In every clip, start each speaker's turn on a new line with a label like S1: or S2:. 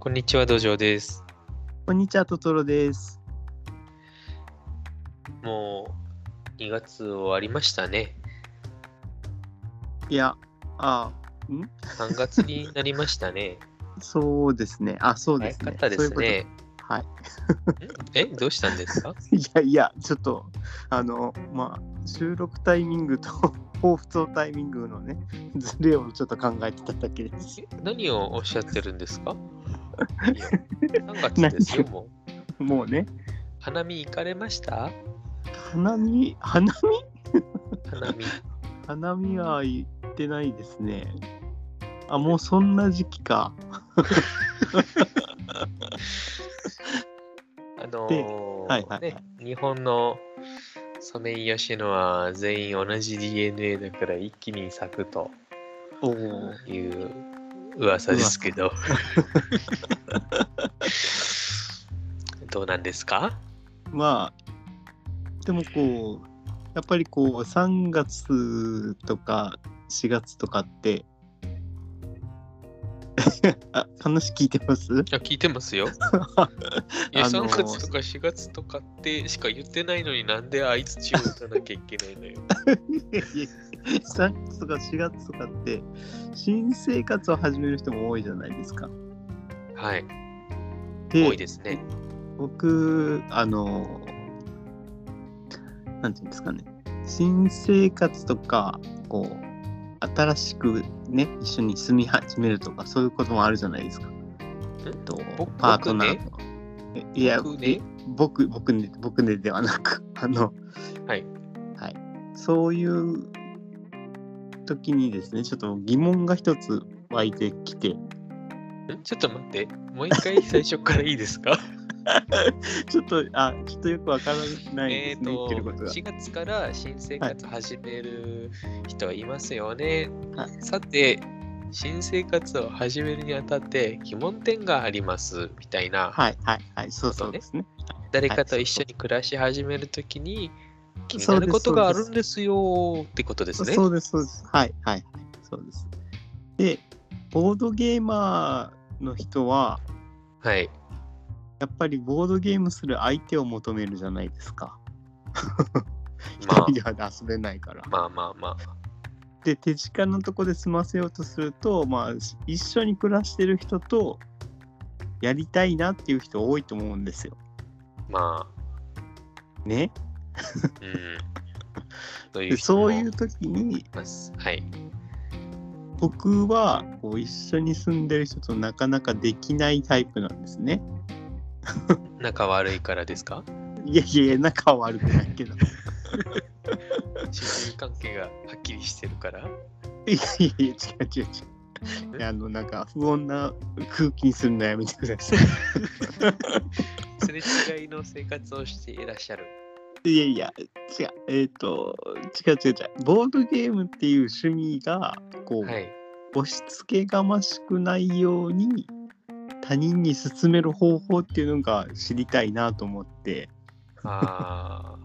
S1: こんにちは、土壌です。
S2: こんにちは、トトロです。
S1: もう2月終わりましたね。
S2: いや、あ
S1: 3月になりましたね。
S2: そうですね。あ、そうです
S1: 早
S2: ね。
S1: かったです
S2: そういう
S1: ね。
S2: ことはい。
S1: え、どうしたんですか
S2: いやいや、ちょっと、あの、まあ、収録タイミングと 彷彿のタイミングのね、ズレをちょっと考えてただけです。
S1: え何をおっしゃってるんですかいや ?3 月ですよ、もう。
S2: もうね、
S1: 花見行かれました
S2: 花見、花見
S1: 花見。
S2: 花見は行ってないですね。あ、もうそんな時期か。
S1: あのー
S2: はいはい
S1: ね、日本のソメイヨシノは全員同じ DNA だから一気に咲くと
S2: おお。
S1: いう噂ですけど。 どうなんですか
S2: まあでもこうやっぱりこう3月とか4月とかって あ話聞いてます
S1: いや聞いてます よ。いや
S2: あの
S1: 3月とか4月とかってしか言ってないのになんであいつ中を打たなきゃいけないのよ。
S2: 3月とか4月とかって新生活を始める人も多いじゃないですか。
S1: はい、
S2: で
S1: 多いですね。
S2: 僕あのなんていうんですかね新生活とかこう新しくね一緒に住み始めるとかそういうこともあるじゃないですか。えっと
S1: 僕
S2: パートナーと。えいや
S1: 僕ね
S2: 僕僕ね僕ねではなく あの
S1: はい、
S2: はいそういう時にですねちょっと疑問が一つ湧いてきて
S1: んちょっと待って、もう一回最初からいいですか
S2: ちょっとあちょっとよくわからないで
S1: えっ
S2: すね、言
S1: と
S2: ってることが。
S1: 4月から新生活始める人はいますよね。
S2: はい
S1: さて、新生活を始めるにあたって疑問点がありますみたいな。
S2: はいはいはい、そうそうですね。
S1: 誰かと一緒に暮らし始めるときに気になることがあるんですよってことですね。
S2: そうです、そうです。はいはいはい、そうです。で、ボードゲーマーの人は、
S1: はい。
S2: やっぱりボードゲームする相手を求めるじゃないですか。一
S1: まあ
S2: 人では遊べないから。
S1: まあまあまあ。
S2: で、手近なとこで済ませようとすると、まあ、一緒に暮らしてる人と、やりたいなっていう人多いと思うんですよ。
S1: ま
S2: ね。
S1: あ。うん。とい
S2: でそういう
S1: と
S2: 時に、
S1: ます。はい。
S2: 僕はこう一緒に住んでる人となかなかできないタイプなんですね。
S1: 仲悪いからですか
S2: いやいやいや、仲は悪くないけど。
S1: 主人関係がはっきりしてるから。
S2: いやいやいや、違う違う違う。いやあの、なんか、不穏な空気にするのやめてくださ
S1: すれ違いの生活をしていらっしゃる。
S2: い。いやいや、違う。えっ、と、違う違う違う。ボードゲームっていう趣味が、こう、
S1: はい。
S2: 押し付けがましくないように、他人に勧める方法っていうのが知りたいなと思って、
S1: ああ。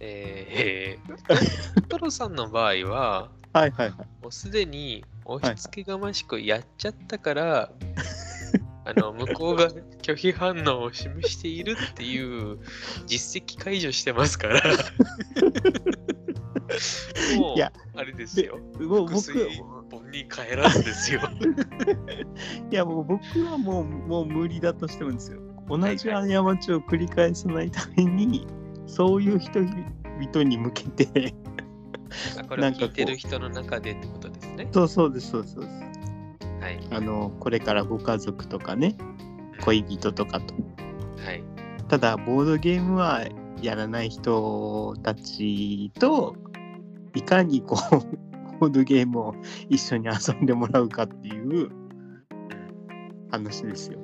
S1: え ー、トロさんの場合は、
S2: はいはいはい。
S1: もうすでに押し付けがましくやっちゃったから、あの向こうが拒否反応を示しているっていう実績解除してます からも
S2: いうや
S1: あれですよ
S2: もう僕、
S1: 薬
S2: い
S1: 本に帰らんです よ
S2: やもう僕はもう、もう無理だとしてもですよ。同じ過
S1: は
S2: ちを繰り返さないために、そういう人々に向けて、
S1: あこれを聞いてる人の中でってことですね
S2: そうそうですそうですそうです
S1: はい
S2: あのこれからご家族とかね恋人とかと
S1: はい
S2: ただボードゲームはやらない人たちといかにこう ボードゲームを一緒に遊んでもらうかっていう話ですよ。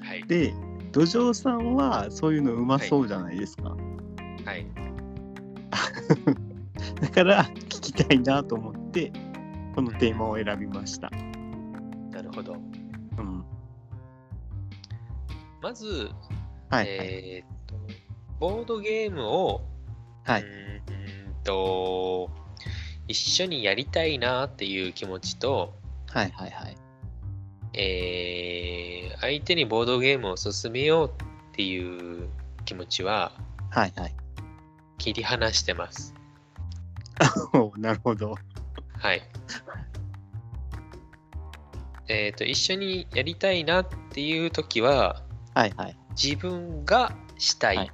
S1: はい
S2: で土壌さんはそういうのうまそうじゃないですか、
S1: はい
S2: だから聞きたいなと思ってこのテーマを選びました。
S1: なるほど
S2: うん、
S1: まず、
S2: はい、はい
S1: えーっとボードゲームを
S2: はいう
S1: ーんと一緒にやりたいなっていう気持ちと、
S2: はいはいはい。
S1: えー相手にボードゲームを進めようっていう気持ちは
S2: はいはい。
S1: 切り離してます。
S2: おなるほど。
S1: はい。 えっ、と、一緒にやりたいなっていう時は、
S2: はいはい。
S1: 自分がした
S2: はいいはい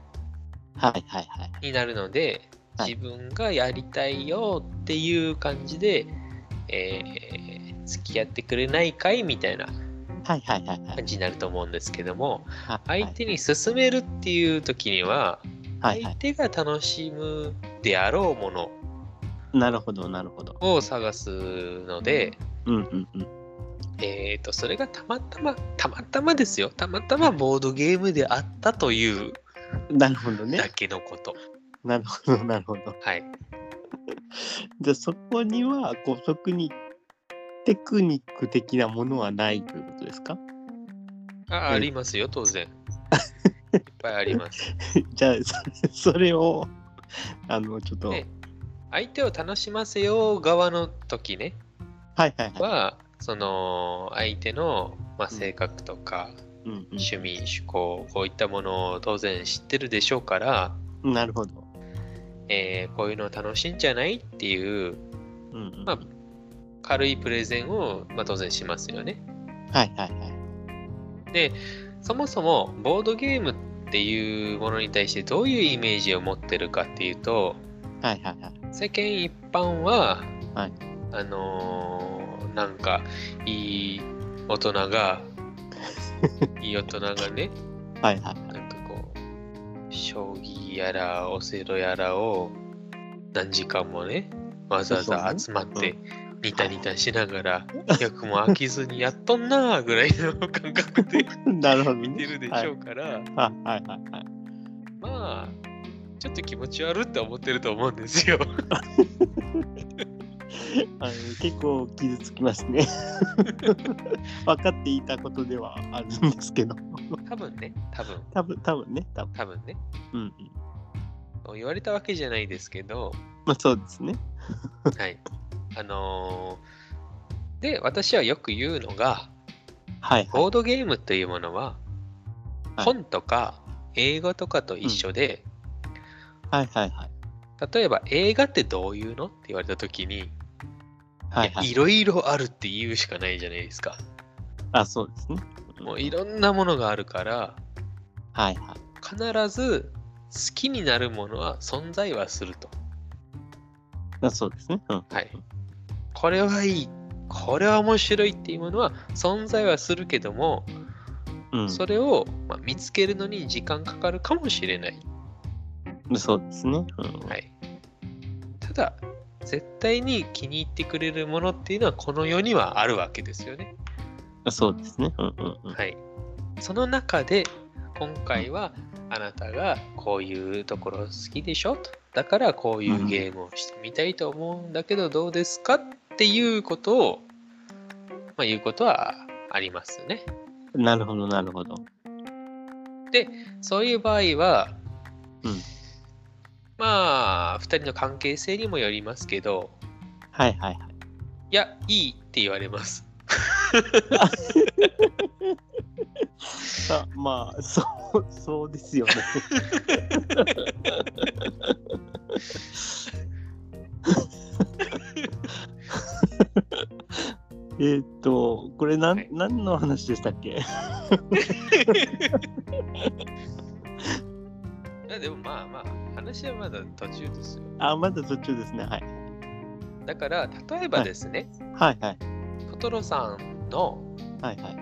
S2: はいはい。
S1: になるので、
S2: はい
S1: 自分がやりたいよっていう感じで、えー付き合ってくれないかいみたいな
S2: はいはいはいはい
S1: 感。じになると思うんですけども、
S2: は
S1: 相手に勧めるっていう時には、
S2: はいは
S1: 相手が楽しむであろうもの
S2: い。なるほどなるほど。
S1: を探すので、
S2: うんうんうん。
S1: えー、とそれがたまたまたまたまですよたまたまボードゲームであったという
S2: なるほどね
S1: だ。けのこと、
S2: なるほどなるほど。
S1: はい
S2: じゃあそこにはこう特にテクニック的なものはないということですか
S1: あ
S2: い
S1: ありますよ当然いっぱいあります
S2: じゃあそそれをあのちょっと、
S1: ね相手を楽しませよう側の時ね
S2: はいはいはい。
S1: はその相手の、まあ、性格とか
S2: うん
S1: 趣味趣向こういったものを当然知ってるでしょうから、
S2: うん、なるほど。
S1: えーこういうの楽しいんじゃないっていう
S2: うんうん、
S1: まあ軽いプレゼンを、まあ、当然しますよね
S2: はいはいはい。
S1: でそもそもボードゲームっていうものに対してどういうイメージを持ってるかっていうと
S2: はいはいはい。
S1: 世間一般は、
S2: はい
S1: あのーなんかいい大人 がいい大人がね
S2: はいはいはい。
S1: なんかこう将棋やらオセロやらを何時間もねわざわざ集まってニタニタしながら役も飽きずにやっとんなーぐらいの感覚で
S2: なるほど、ね。
S1: 見てるでしょうから、
S2: はいはいはいはい。
S1: まあちょっと気持ち悪って思ってると思うんです よ
S2: あの結構傷つきます ね。分かっていたことではあるんですけど、
S1: 多分ね多分
S2: 多分多分ね、多分。
S1: 多分ね
S2: うんうん。
S1: 言われたわけじゃないですけど
S2: まあそうですね。
S1: はいあのーで私はよく言うのが
S2: はいはい。
S1: ボードゲームというものは
S2: はい
S1: 本とか映画とかと一緒で、
S2: はいはいはい。
S1: 例えば映画ってどういうのって言われた時に、
S2: はい
S1: い
S2: はい。
S1: ろいろあるって言うしかないじゃないですか
S2: あ、そうですね。うん
S1: もういろんなものがあるから
S2: はいはい。
S1: 必ず好きになるものは存在はすると。
S2: あそうですね。うん。
S1: はい。これはいい。これは面白いっていうものは存在はするけども、
S2: うん、
S1: それを、まあ、見つけるのに時間かかるかもしれない。
S2: そうですね。うん。
S1: はい。ただ、絶対に気に入ってくれるものっていうのはこの世にはあるわけですよね。
S2: あそうですね。うんうんうん。
S1: はい。その中で、今回はあなたがこういうところ好きでしょと。だからこういうゲームをしてみたいと思うんだけどどうですかっていうことを、まあ、言うことはありますね。
S2: なるほどなるほど。
S1: そういう場合は、
S2: うん
S1: まあ2人の関係性にもよりますけど
S2: はいはいはい。
S1: いやいいって言われます。
S2: あまあそうそうですよね。 えっとこれなん、
S1: はい
S2: 何の話でしたっけ
S1: いやでもまあまあ話はまだ途中ですよ。
S2: あまだ途中ですねはい
S1: だから例えばですね、
S2: はいはい
S1: トトロさんの
S2: はいはい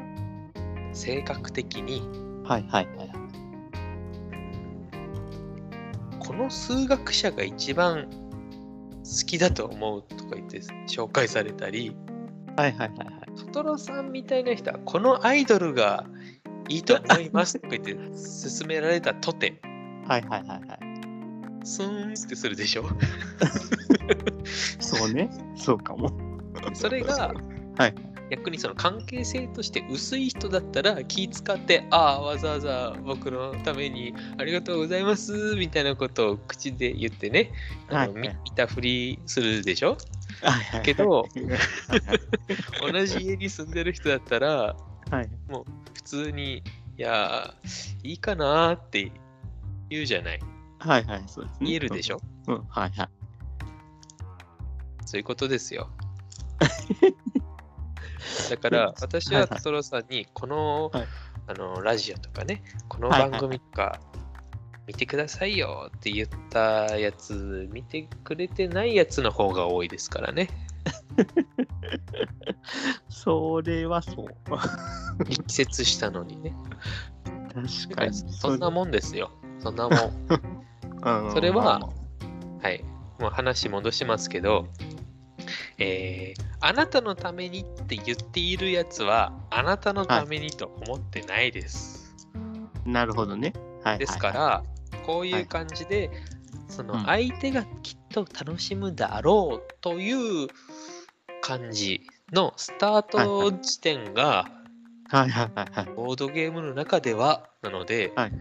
S1: 性格的に
S2: はいはいはい
S1: この数学者が一番好きだと思うとか言って紹介されたり
S2: はいはいはい
S1: トトロさんみたいな人はこのアイドルがいいと思いますとか言って勧められたとて
S2: はいはいはいはいはい
S1: スーンってするで しょ
S2: そうねそうかも
S1: それが、
S2: はい
S1: 逆にその関係性として薄い人だったら気使ってああわざわざ僕のためにありがとうございますみたいなことを口で言ってね、あの
S2: はい
S1: み見たふりするでしょ
S2: はいはい
S1: けど
S2: は
S1: 同じ家に住んでる人だったら
S2: い。
S1: 普通に「いやーいいかな」って言うじゃない
S2: はいはい、そうですね。
S1: 見えるでしょ
S2: うん、うんはいはい。
S1: そういうことです よだから私は
S2: はいはい
S1: トロさんにこの,、
S2: はい
S1: あのラジオとかねこの
S2: はいはい
S1: 番組とか見てくださいよって言ったやつ見てくれてないやつの方が多いですから ね
S2: それはそう。
S1: 力説したのにねだ
S2: 確か
S1: から
S2: に。
S1: そんなもんですよそんなもん
S2: うん、
S1: それは
S2: まあまあ
S1: はいもう話戻しますけどえーあなたのためにって言っているやつはあなたのためにと思ってないです、
S2: なるほどね。はいはいはい、
S1: ですから、こういう感じで、そ
S2: うん
S1: の相手がきっと楽しむだろうという感じのスター
S2: はい
S1: ト地点が
S2: はいはいはいはい。
S1: ボードゲームの中ではなので、
S2: はい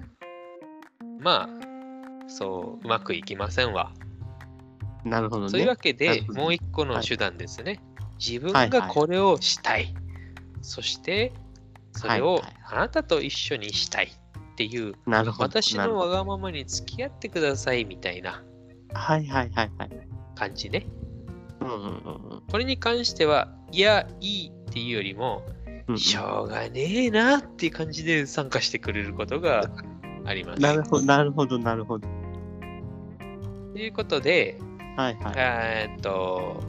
S1: まあそううまくいきませんわ。
S2: なるほどね。
S1: というわけ
S2: な
S1: で
S2: るほどね
S1: もう一個の
S2: はい
S1: 手段ですね。自分
S2: はいは
S1: が
S2: い
S1: これをしたい。そしてそれ
S2: は
S1: を
S2: いはい
S1: あなたと一緒にしたいっていう
S2: なるほど。
S1: 私
S2: なる
S1: の
S2: ほ
S1: わ
S2: ど
S1: がままに付き合ってくださいみたいな
S2: はいはいはいはい。
S1: 感じね。
S2: うんうんうん
S1: これに関しては、いや、いいっていうよりも、
S2: うん。
S1: しょうがねえなっていう感じで参加してくれることがあります。
S2: なるほど、なるほど、なるほど。
S1: ということで、
S2: はいはい。
S1: えーっと、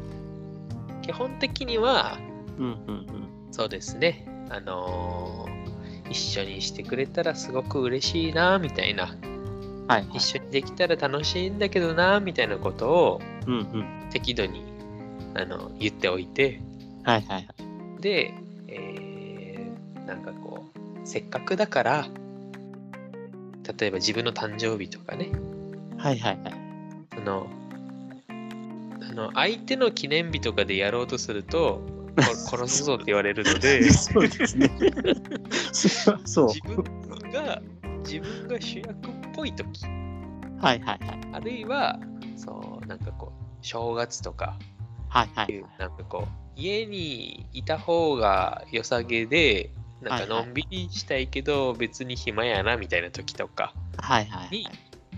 S1: 基本的には、
S2: うんうん
S1: そうですね、あのー一緒にしてくれたらすごく嬉しいなみたいな、
S2: うん。はいはい。
S1: 一緒にできたら楽しいんだけどなみたいなことを
S2: うんうん。
S1: 適度にあの言っておいて、
S2: はいはいはい。
S1: で、えーなんかこうせっかくだから例えば自分の誕生日とかね
S2: はいはいはい。
S1: そのあの相手の記念日とかでやろうとするとこ殺 すぞって言われるので
S2: そうですね。 そそう。
S1: 自分が自分が主役っぽい時
S2: はいはいはい。
S1: あるいはそうなんかこう正月とか
S2: はいは
S1: って
S2: い
S1: い
S2: は
S1: う
S2: い。
S1: なんかこう家にいた方が良さげでなんか
S2: はいはい
S1: のんびりしたいけど別に暇やなみたいな時とか
S2: はいはいはい
S1: に。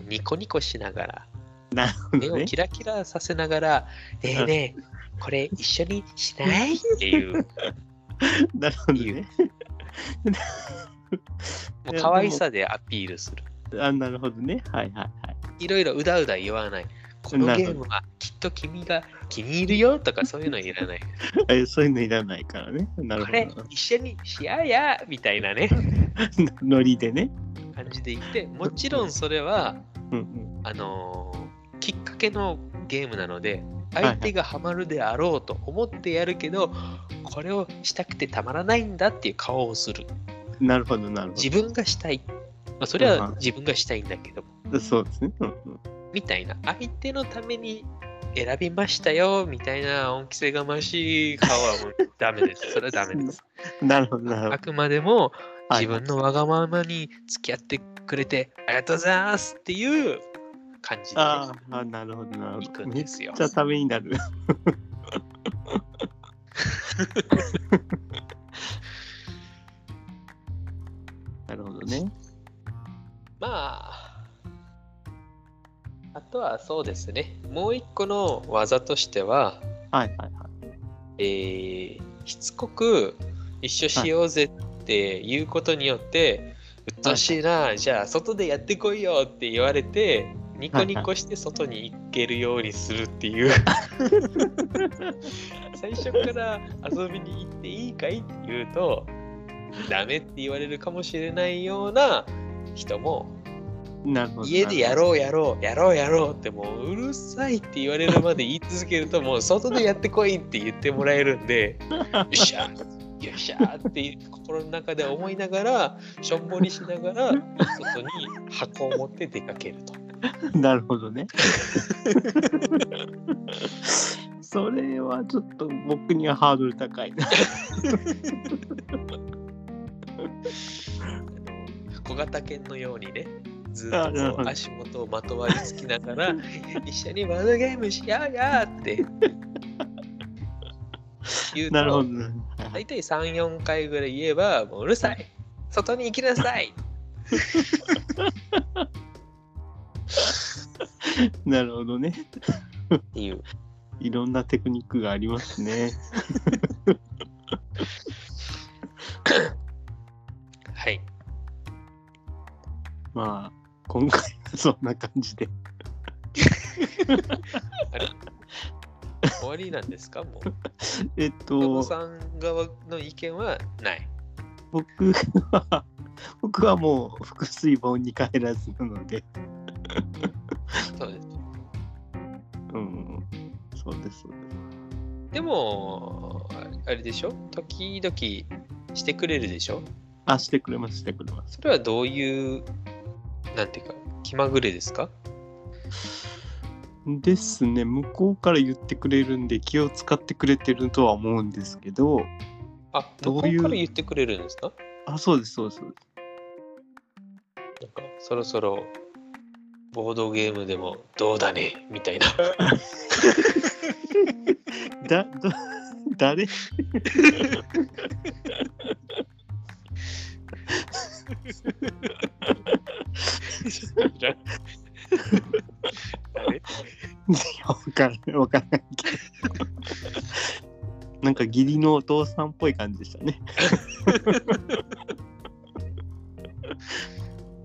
S1: ニコニコしながら
S2: なるほ
S1: 目
S2: ど
S1: を
S2: ね。
S1: キラキラさせながら「ねえねえこれ一緒にしない?」って いう
S2: なるほどね。
S1: もう可愛さでアピールする
S2: あ、なるほどね。はいはいはい。
S1: いろいろうだうだ言わないこのゲームはきっと君が気に入るよとかそういうのいらない
S2: えそういうのいらないからね。なる
S1: こ
S2: ほ
S1: れ
S2: ど。
S1: 一緒にしややみたいなね
S2: ノリでね。
S1: 感じで言ってもちろんそれは
S2: うんうん。
S1: あのーきっかけのゲームなので
S2: いはい
S1: 相手がハマるであろうと思ってやるけど、これをしたくてたまらないんだっていう顔をする
S2: なるほどなるほ
S1: 自分がしたい、まあ、それは自分がしたいんだけど
S2: ど。そうですね。うんうん。
S1: みたいな相手のために選びましたよみたいな恩着せがましい顔はもうダメです それはダメです
S2: なるほどなるほ
S1: あ
S2: ど。
S1: くまでも
S2: は
S1: 自
S2: い
S1: 分のわがままに付き合ってくれてありがとうございますっていう感じで
S2: あーあ、なるほどなるほ
S1: 行く
S2: ど。
S1: ん
S2: め
S1: で
S2: っ
S1: すよ
S2: ちゃためになる。なるほどね。
S1: まあ、あとはそうですね、もう一個の技としては、
S2: はいはいはい。
S1: えーしつこく一緒しようぜっていうことによって、うっとうしいな、じゃあ外でやってこいよって言われて、ニコニコして外に行けるようにするっていう。最初から遊びに行っていいかいって言うと、ダメって言われるかもしれないような人も
S2: なるほど。
S1: 家でやろうやろうやろうやろうってもううるさいって言われるまで言い続けるともう外でやってこいって言ってもらえるん でよっしゃよっしゃって心の中で思いながらしょんぼりしながら外に箱を持って出かけると
S2: なるほどね。それはちょっと僕にはハードル高いな。
S1: 小型犬のようにねずっ
S2: あなる
S1: と
S2: ほ
S1: こう
S2: ど
S1: 足 元をまとわりつきながら一緒にワードゲームしようよって言う
S2: なるほ
S1: と
S2: ど、ね。はいは
S1: 大
S2: い
S1: 体34回ぐらい言えばもううるさい外に行きなさい
S2: なるほどね。
S1: っていう
S2: いろんなテクニックがありますね。
S1: はい
S2: まあ、今回はそんな感じで。
S1: 終わりなんですか もう
S2: えっ
S1: 久保
S2: と、
S1: さん側の意見はない
S2: 僕は、 僕はもう、腹水盆に帰らずなので、
S1: そうです
S2: うん、そうです、そうです。
S1: でもあれあれでしょ時々してくれるでしょ
S2: あ、してくれます、してくれます。
S1: それはどういうなんていうか気まぐれですか
S2: ですね、向こうから言ってくれるんで、気を使ってくれてるとは思うんですけど、
S1: あ向
S2: ど
S1: こ
S2: ういう
S1: うから言ってくれるんですか
S2: あ、そうです、そうです。そうです
S1: なんかそろそろボードゲームでもどうだねみた いな
S2: だ、だ、 誰
S1: あれ
S2: いや、わからない、わからないけど。 なんか義理のお父さんっぽい感じでしたね。
S1: そ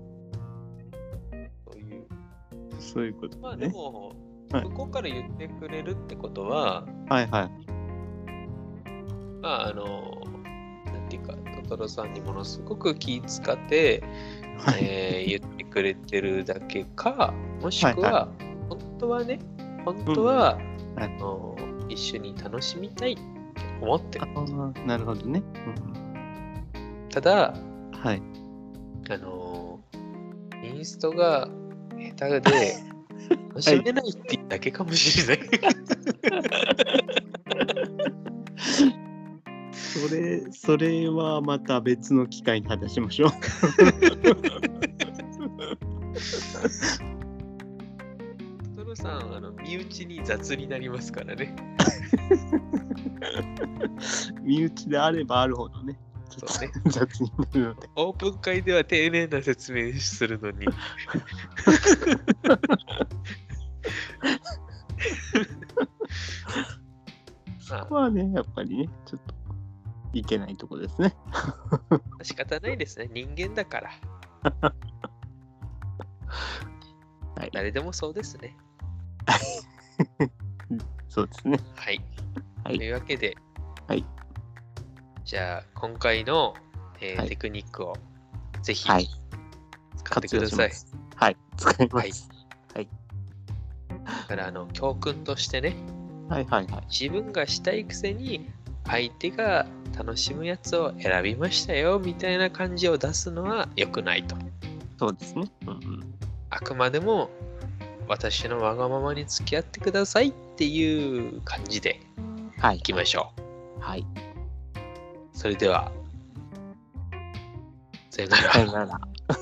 S1: ういう
S2: そういうこと
S1: まあで
S2: ね。
S1: も、
S2: はい
S1: 向こうから言ってくれるってことは
S2: はいはい。
S1: まああのなんていうかトトロさんにものすごく気使って、
S2: はい。
S1: えー言ってくれてるだけかもしくは、本当はね本当は、
S2: はい
S1: あの一緒に楽しみたいって思って
S2: あ
S1: る
S2: ーなるほどね。うん
S1: ただ
S2: はい。
S1: あのインストが下手 で楽しめないっていうだけかもしれない、
S2: それ、それはまた別の機会に話しましょう。
S1: トトロさんあの身内に雑になりますからね
S2: 身内であればあるほどね。 ちょ
S1: そうね
S2: っと雑になるので。
S1: オープン会では丁寧な説明する のにま
S2: まあね、やっぱりね、ちょっといけないとこですね。
S1: あ仕方ないですね人間だから
S2: はい。
S1: 誰でもそうですね
S2: そうですね。
S1: はい、
S2: はい
S1: というわけで、
S2: はい
S1: じゃあ今回の、えー
S2: はい
S1: テクニックをぜひ
S2: はい。
S1: 使って
S2: 活
S1: く
S2: 用
S1: だ
S2: し
S1: さい、
S2: ます。はい。使いま
S1: はい
S2: す。
S1: だからあの教訓としてね
S2: はいはいはい。
S1: 自分がしたいくせに相手が楽しむやつを選びましたよみたいな感じを出すのは良くないと
S2: そうですね。うんうん。
S1: あくまでも私のわがままに付き合ってくださいっていう感じで
S2: はい。
S1: いきましょう
S2: はい。
S1: それではさよなら
S2: さよなら。